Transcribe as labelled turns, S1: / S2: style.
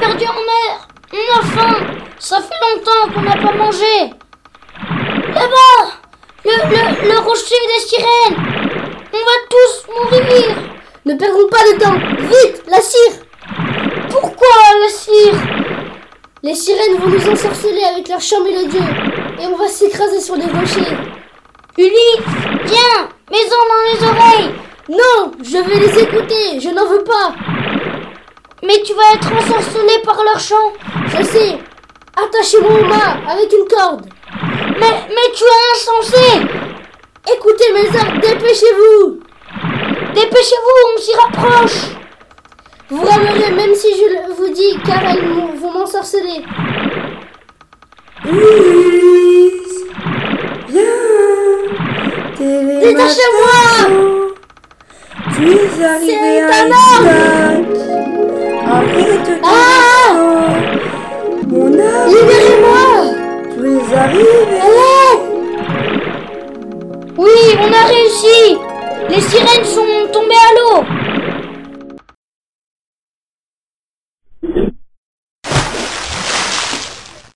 S1: perdu en mer. On a faim. Ça fait longtemps qu'on n'a pas mangé. Là-bas, le, le, le rocher des sirènes. On va tous mourir.
S2: Ne perdons pas de temps. Vite, la cire.
S1: Pourquoi la cire
S2: Les sirènes vont nous ensorceler avec leur chant mélodieux. Et on va s'écraser sur des rochers.
S1: Ulysse, viens, mets-en dans les oreilles.
S2: Non, je vais les écouter. Je n'en veux pas.
S1: Mais tu vas être ensorcelé par leur chant.
S2: Je sais. Attachez-moi au mât avec une corde.
S1: Mais, mais tu es insensé.
S2: Écoutez mes ordres, dépêchez-vous.
S1: Dépêchez-vous, on s'y rapproche.
S2: Vous ramerez même si je le- vous dis, car elles m'ont- vont m'ensorceler.
S3: Ulysse, viens.
S2: Détachez-moi.
S3: Tu es arrivé
S2: C'est
S3: à
S2: un
S3: Isaac. Arrête de
S2: Ah
S3: descendre. Mon âme,
S2: Libérez-moi
S3: tu es arrivé.
S1: Oui, on a réussi. Les sirènes sont tombées à l'eau.